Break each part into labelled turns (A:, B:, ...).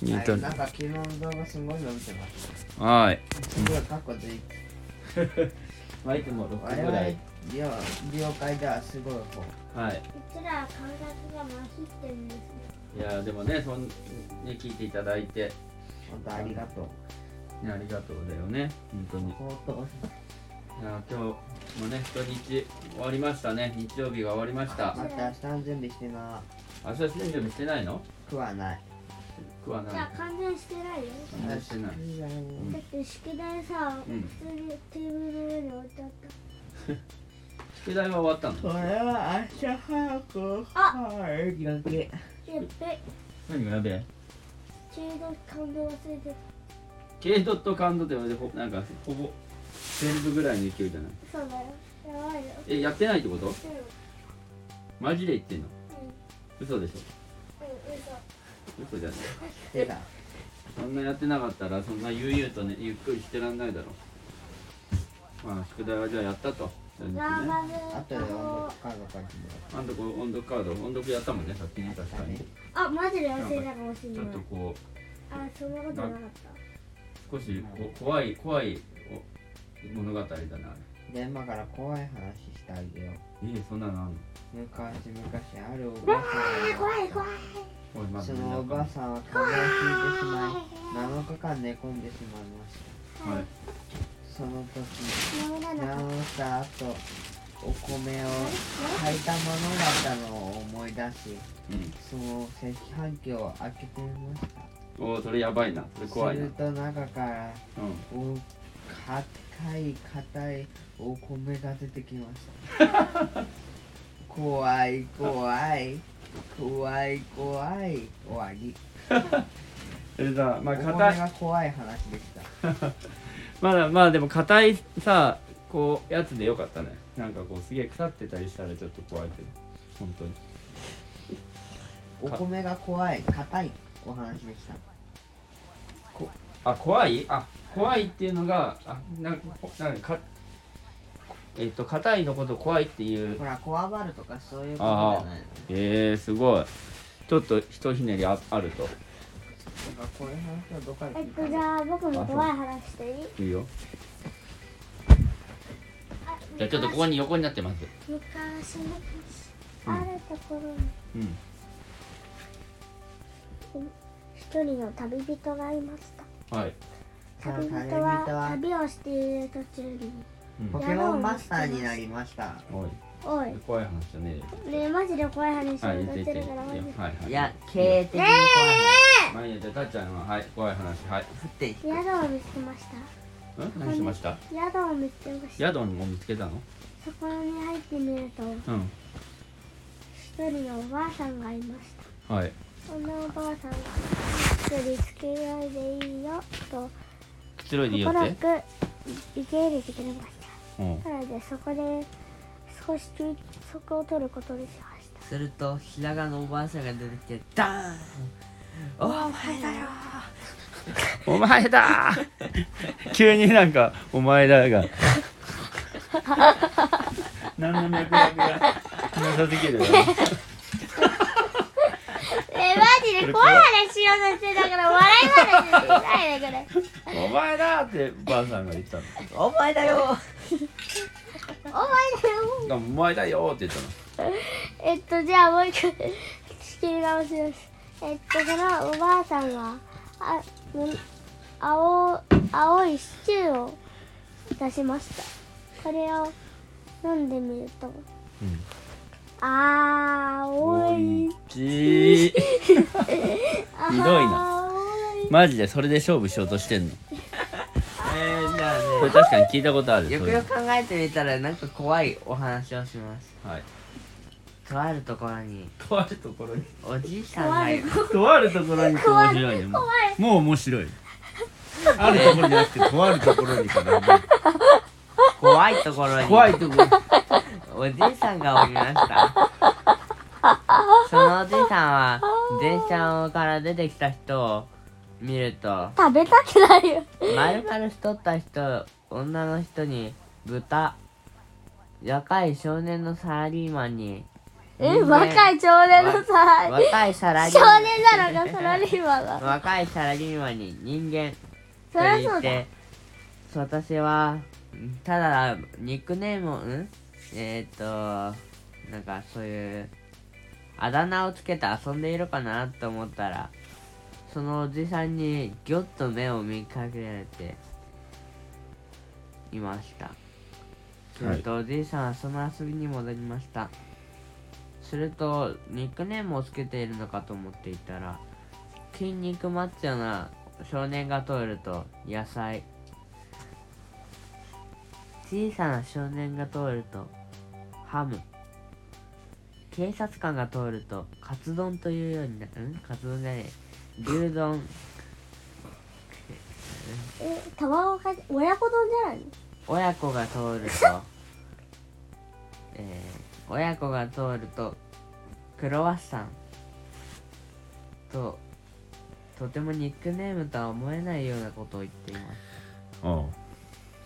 A: ニート
B: はいなんか昨日の動画すごいの見てますね。
A: はい
B: すごい過去で、
C: マイクも6
B: 我
C: ぐ
B: 々
C: らい。
B: 了了解ではすごい方。
C: はい。
D: ちらは感覚がまひってるんですね
C: いやーでもね、そんね聞いていただいて、
B: 本当ありがとう。
C: ね、ありがとうだよね。本当に。い
B: 本当。
C: やー今日もね、一日終わりましたね。日曜日が終わりました。
B: また明日の準備してな。
C: 明日準備してないの？
B: 食わない。
C: 食わ
D: じゃ
C: ない
D: あ。完全してないよ
C: 全然してない
B: い。
D: だって宿題さ、
C: うん
D: 普通にテーブルの上に置いてあっ
C: 宿題は終わったの？
B: これは明日早く
D: あ
B: 帰るだけ。
D: たやっべ
C: 何がやべえ。
D: 中毒感で忘れてた
C: 軽度と感度で俺ほなんかほぼ全部ぐらいの勢いじゃない。
D: そうだよやばいよ
C: えやってないってこと？
D: うんうん
C: マジで言ってんの？
D: うん
C: 嘘でしょ。
D: 嘘
C: 嘘じゃない。
B: てか、
C: そんなやってなかったらそんな悠々とねゆっくりしてらんないだろまあ宿題はじゃあやったと
D: じゃあ
C: ね
D: まず
B: あとで温度カード書いても
C: あんとこ音読カード音読やったもんねさっきね確かに
B: だね
C: ち
D: あマジで忘れたかもしれ
C: ょっ
D: ない
C: とこ
D: あそんなことなかった
C: う少しこ怖い怖いお物語だなあれ
B: らう。で、今から怖い話してあげよう。
C: ええそんなのあんの
B: 昔々あるおばさん
D: 怖い怖い
C: おいま
B: が
C: ず
B: そ
C: ね
B: のおばさんは風邪をひいてしまい7日間寝込んでしまいました
C: はい
B: その時
D: 涙
B: 治
D: なかっ
B: った後お米を炊いたものだったのを思い出しその赤飯器を開けてみまし
C: うんおおそれやばいなそれ怖
B: た
C: い
B: す
C: なう
B: る
C: ん
B: と中からお硬い硬いお米が出てきました怖い怖い怖い怖い終わり
C: それさまあ
B: お米
C: 硬い
B: が怖い話でした
C: まだまあでも硬いさこうやつでよかったねなんかこうすげえ腐ってたりしたらちょっと怖いけど本当に
B: お米が怖い硬いお話でした
C: あ怖いあ怖いっていうのがあなんなんかかえっと硬いのこと怖いっていう
B: ほらこわばるとかそういうこと
C: ああ
B: じゃないの
C: えー、すごいちょっとひとひねりああると
B: なんかこういう話はどっかで
D: たえっ
B: 聞いた
D: とじゃあ僕も怖い話していい
C: いいよ
D: あ
C: じゃあちょっとここに横になってます
D: 昔昔あるところに
C: うん
D: 一人の旅人がいました
C: はい、
B: その旅
D: 旅人
B: 人
D: は
B: は
D: 旅をしている途中に
C: うん
B: ポケモンマスターになりました
C: おい
D: おい
C: 怖い話じゃねえよ
D: ねえマジで怖い話
C: はい言
D: にな
C: って言
D: って
C: って
D: る
C: い
D: からマジで
C: やはいはい
B: いや経営的に怖い
C: まあいいやじゃあたっちゃんははい怖い話はい
B: 話降ってきて
D: 宿を見つけました
C: ん何しました
D: 宿を見つけました
C: 宿を見つけたの
D: そこに入ってみると
C: うん
D: 一人のおばあさんがいました
C: はい
D: そんなおばあさんが一人つけ合いでいいよと
C: くつろいでいいよっ
D: 心
C: て
D: よく受け入れてくれまし
C: うん
D: たなのでそこで少し休息を取ることにしました
B: するとひらがのおばあさんが出てきてダーンお前だよ
C: お前だ 急になんか「お前だ」 が何の脈絡がなさすぎるよ
D: えマジで怖い話しようとしてたから笑い話しないで こ
C: 「
D: れ
C: お前だ!」ってばあさんが言ったの
B: お前だよ
D: お前だ
C: 「
D: よ
C: お前だよ!」って言ったの
D: えっとじゃあもう一回仕切り直しますえっとそのおばあさんはあむ青青いシチューを出しましたこれを飲んでみると、あー青い
C: ち
D: あー
C: ひどいな
D: 青い
C: マジでそれで勝負しようとしてんの
B: えー、じゃあ
C: これ確かに聞いたことある
B: ねよくよく考えてみたらなんか怖いお話をします
C: そういうはい
B: とあるところに
C: とあるところに
B: おじいさんがいる
C: とあるところにって面白いねもうもう面白いあるところじゃなくてとあるところにかな
B: 怖いところに
C: 怖いところ
B: おじいさんがおりま したそのおじいさんは電車から出てきた人を見ると
D: 食べたくないよ
B: 丸々太った人女の人に豚若い少年のサラリーマンに
D: え、
B: 人間
D: 若い少年のさ、
B: 若いサラリー
D: 少
B: マン
D: 年なのかサラリーマンが。
B: 若いサラリーマンに人間
D: そ
B: と
D: りゃそ
B: 言
D: う
B: っ
D: だ。
B: て私はうんただニックネームをんえー、っとなんかそういうあだ名をつけて遊んでいるかなと思ったらそのおじさんにぎょっと目を見かけられていましたするとおじいさんはその遊びに戻りましたするとニックネームをつけているのかと思っていたら筋肉マッチョな少年が通ると野菜小さな少年が通るとハム警察官が通るとカツ丼というようになうんカツ丼じゃねえ牛丼
D: え、卵かけ、親子丼じゃないの
B: 親子が通ると、 えー親子が通るとクロワッサンととてもニックネームとは思えないようなことを言っていま
C: おう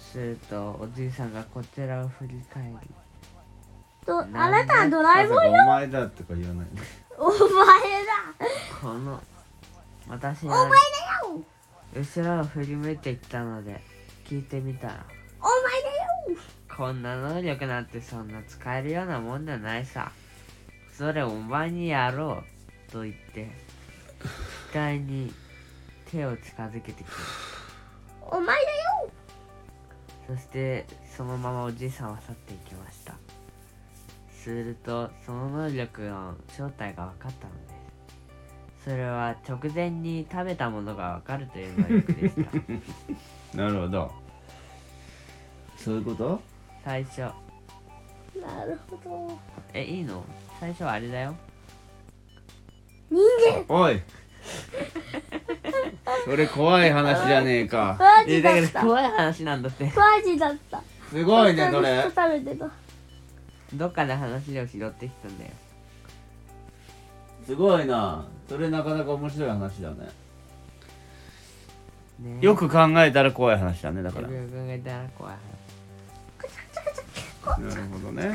B: すするとおじいさんがこちらを振り返り
D: と、
B: んだ
D: あなたはドラ
C: ま
D: え
C: さ
D: もん
C: かお前だとか言わないね
D: お前だ
B: この私
D: お前
B: が
D: だよ
B: 後ろを振り向いてきたので聞いてみたら
D: お前だよ
B: こんな能力なんてそんな使えるようなもんじゃないさ。それお前にやろうと言って、機体に手を近づけてきた。
D: お前だよ
B: そしてそのままおじいさんは去っていきました。するとその能力の正体が分かったのです。それは直前に食べたものが分かるという能力でした。
C: なるほどそういうこと
B: 最初、
D: なるほど。
B: え、いいの最初はあれだよ。
D: 人間
C: おいそれ怖い話じゃねえか
D: マ
B: え
D: ジ
B: だ
D: だ
B: か
D: っ
B: ら
D: た。
B: 怖い話なんだって。
D: マジだった。
C: すごいねそ
D: ず
C: れ
D: っと食べてた。
B: どっかで話を拾ってきたんだよ。
C: すごいなそれなかなか面白い話だね
B: ね
C: よく考えたら怖い話だねだから
B: よくよく考えたら怖い
C: なるほどね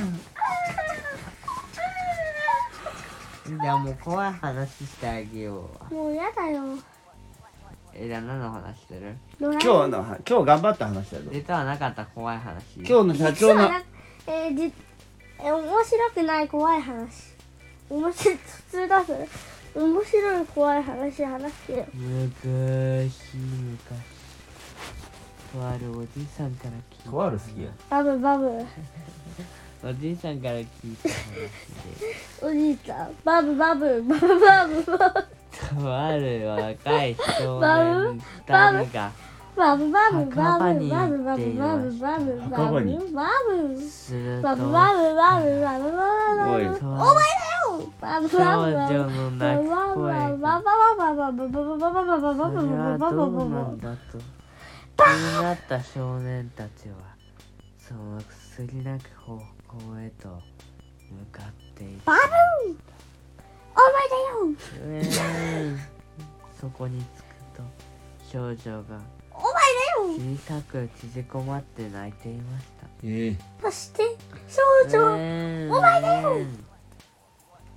B: 話じゃあもう怖い話してあげようわ
D: もうやだよ。
B: えじゃあ何の話する
D: ドラえ
C: 今
D: も
C: 日
D: ん。
C: のは今日頑張った話だぞ
B: 実はなかった怖い話
C: 今日の社
D: 実
C: 長の
D: はなえーじえ面白くない怖い話。面白い、普通だそれ。面白い怖い話話してよ。
B: 昔昔とあるおじいさんから聞いた
C: とある好きや
D: バブバブ。
B: おじいさんから聞いた話で
D: おじいちゃん。バブバブ。バブバブ。バブ
B: とある若い少
D: バ
B: 年
D: ブバブ
B: 2人が
D: バブバブバ
B: 墓場
D: ブ
B: に
D: バブ
B: 行
D: バ
B: ってい
D: ブ
B: ま
D: バ
B: し
D: ブ
B: た
D: バブバブ
C: 墓場に
D: バブ
B: すると
D: バブバブバブバブバブバ
B: 少
C: おい
D: ブお前だよバブバブバブ
B: 女の泣く声がそれはどうなんだと気になった少年たちはそのくすりなく方向へと向かっていったうえーいそこに着くと少女が小さく縮こまって泣いていました
C: ええ
D: そして少
B: う
D: 女
B: えーい
D: お前だよ
B: うえーい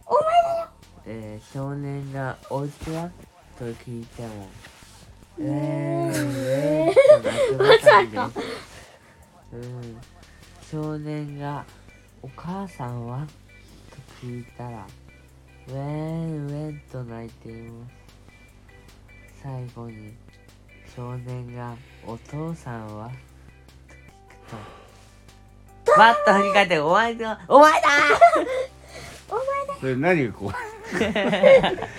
D: お前だよ
B: えー少年が「おうちは?」と聞いても「えー、えー、と泣くばかりで
D: まさか
B: うん、少年が「お母さんは?」と聞いたら「ウェンウェン」と泣いています最後に少年が「お父さんは?」と聞くとバッと振り返って「お前だお前だ!」
C: それ何が怖 いそれ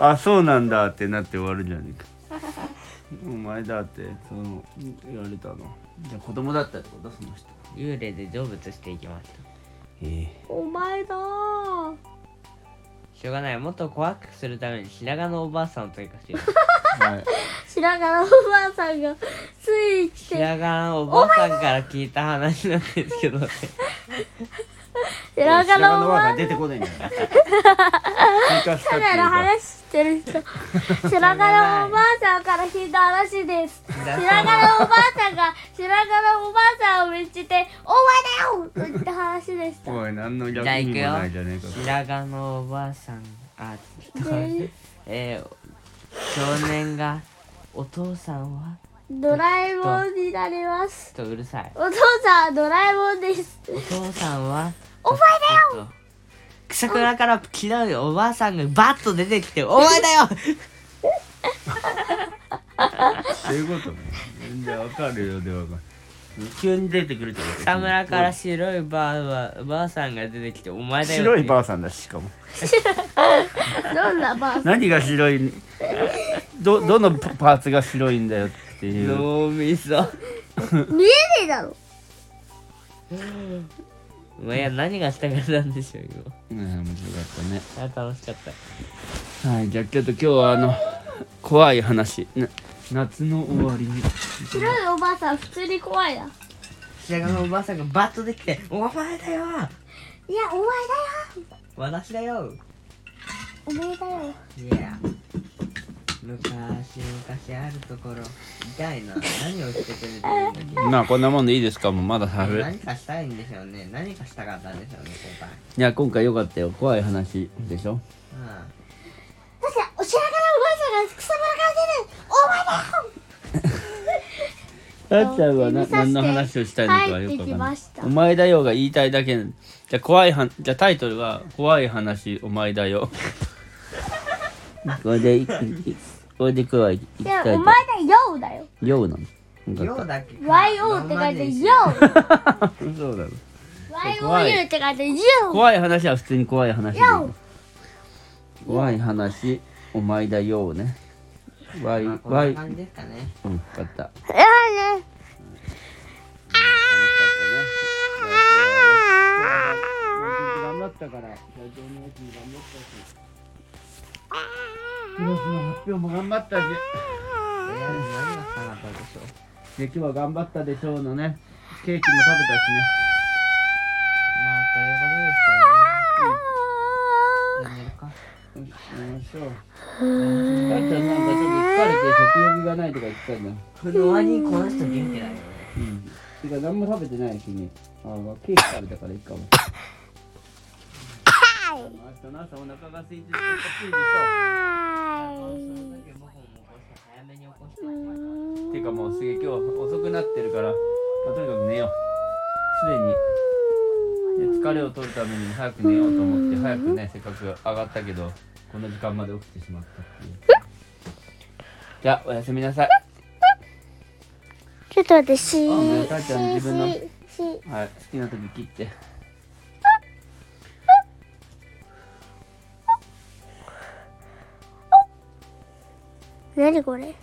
C: あそうなんだってなって終わるじゃねえかお前だってその言われたのじゃあ子供だったってことその人
B: 幽霊で成仏していきました
C: え
D: お前だ
B: しょうがない。もっと怖くするために白髪のおばあさんを追加している。
C: えはい
D: 白髪のおばあさんがつい 来て
B: 白髪のおばあさんから聞いた話なんですけどね。
D: 白髪のおばあ
C: さん出てこないんだよ追加したって
D: カ
C: いう
D: メラ
C: か
D: 話してる人白髪のおばあさんから聞いた話です
B: だ
D: 白髪のおばあさんが白髪のおばあさんを見つけて「お前だよ!」と言った話でした
C: おい何の役にもないじゃねえか
B: 白髪のおばあさんあ
D: で
B: えー、少年がお父さんは
D: ドラえもんになります
B: ちょっとうるさい
D: お父さんはドラえもんです
B: お父さんは
D: お前
B: だよ草くらから嫌うよおばあさんがバッと出てきて「お前だよ!
C: そういうことね全然わかるよでわかる急に出てくるってこ」と
B: 草むらから白いばあはばあさんが出てきて「お前だよ!」
C: 白いばあさんだししかも
D: どんなばあさん
C: 何が白いどどのパーツが白いんだよっていう
B: 脳みそ
D: 見えねえだろ
B: いや何がしたかったんでしょうよ
C: うん面白かった
B: あ
C: ね
B: 楽しかった
C: はいじゃあちょっと今日はあの怖い話な夏の終わりに
D: 白いおばあさん普通に怖いな
B: 白髪のおばあさんがバッと出てきて「お前だよ
D: いやお前
B: 私だよ!
D: だよお前だよ」
B: いや昔昔あるところ痛いな何をしてくれてるんだっけ
C: まあこんなもんでいいですかもうまだ喋る
B: 何かしたいんでしょうね何かしたかったんでしょうね今回
C: いや今回良かったよ怖い話でしょ
B: うん
D: だってお白髪のおばあさんが草むらから出てお前だよ
C: あっちゃんは
D: 指
C: な
D: さして
C: 何の話をしたいのかはよくわかん
D: 入ってき
C: な
D: ま
C: い
D: した
C: お前だよが言いたいだけなじゃあ怖いはじゃあタイトルは怖い話お前だよこれでいいいこれで今日は行き
D: い
C: たい
D: やお
C: と
D: 前だよだよ
C: ようなの
B: ようだっけ
D: YO って書いて YO
C: そうだろ
D: YOU って書いて YO
C: 怖い話は普通に怖い話でいい
D: よ
C: の怖い話お前だよねわい
B: まあこ
C: わい
B: んな感じですかね
C: うん分かった
D: いやね
C: 頑張ったから、社長のやつも頑張ったし。クロスの発表も頑張ったし、
B: とりあえず何がしたかったでしょう
C: で今日は頑張ったでしょうのね、ケーキも食べたしね。
B: まあということですかねじゃあ寝るか
C: よしやりましょう。あんたなんかちょっと疲れて食欲がないとか言ってたじゃん。
B: このワニこの人元気だよね
C: うん。てか何も食べてない君。ああ、ケーキ食べたからいいかも。明日の朝お腹が空いてて暑いで
B: 早
C: し
B: めに起こして
C: ょ。てかもうすげえ今日遅くなってるから、まあとにかく寝よう。すでに。で疲れを取るために早く寝ようと思って早くねせっかく上がったけどこの時間まで起きてしまったっていうじゃあおやすみなさい
D: ちょっと待って、し
C: あ
D: ー
C: ねたーちゃん自分の
D: しーし
C: はい好きな時切って
D: ー何これ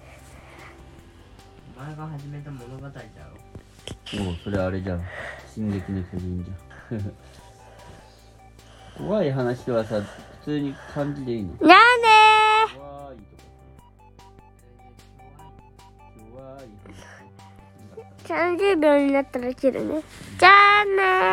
B: お前が始めた物語だろ
C: おうそれあれじゃん進撃の巨人じゃん 怖い話はさ普通に漢字でいいの
D: なんで
C: 怖いとか怖い話
D: ー ?30 秒になったら切るね。じゃあねー。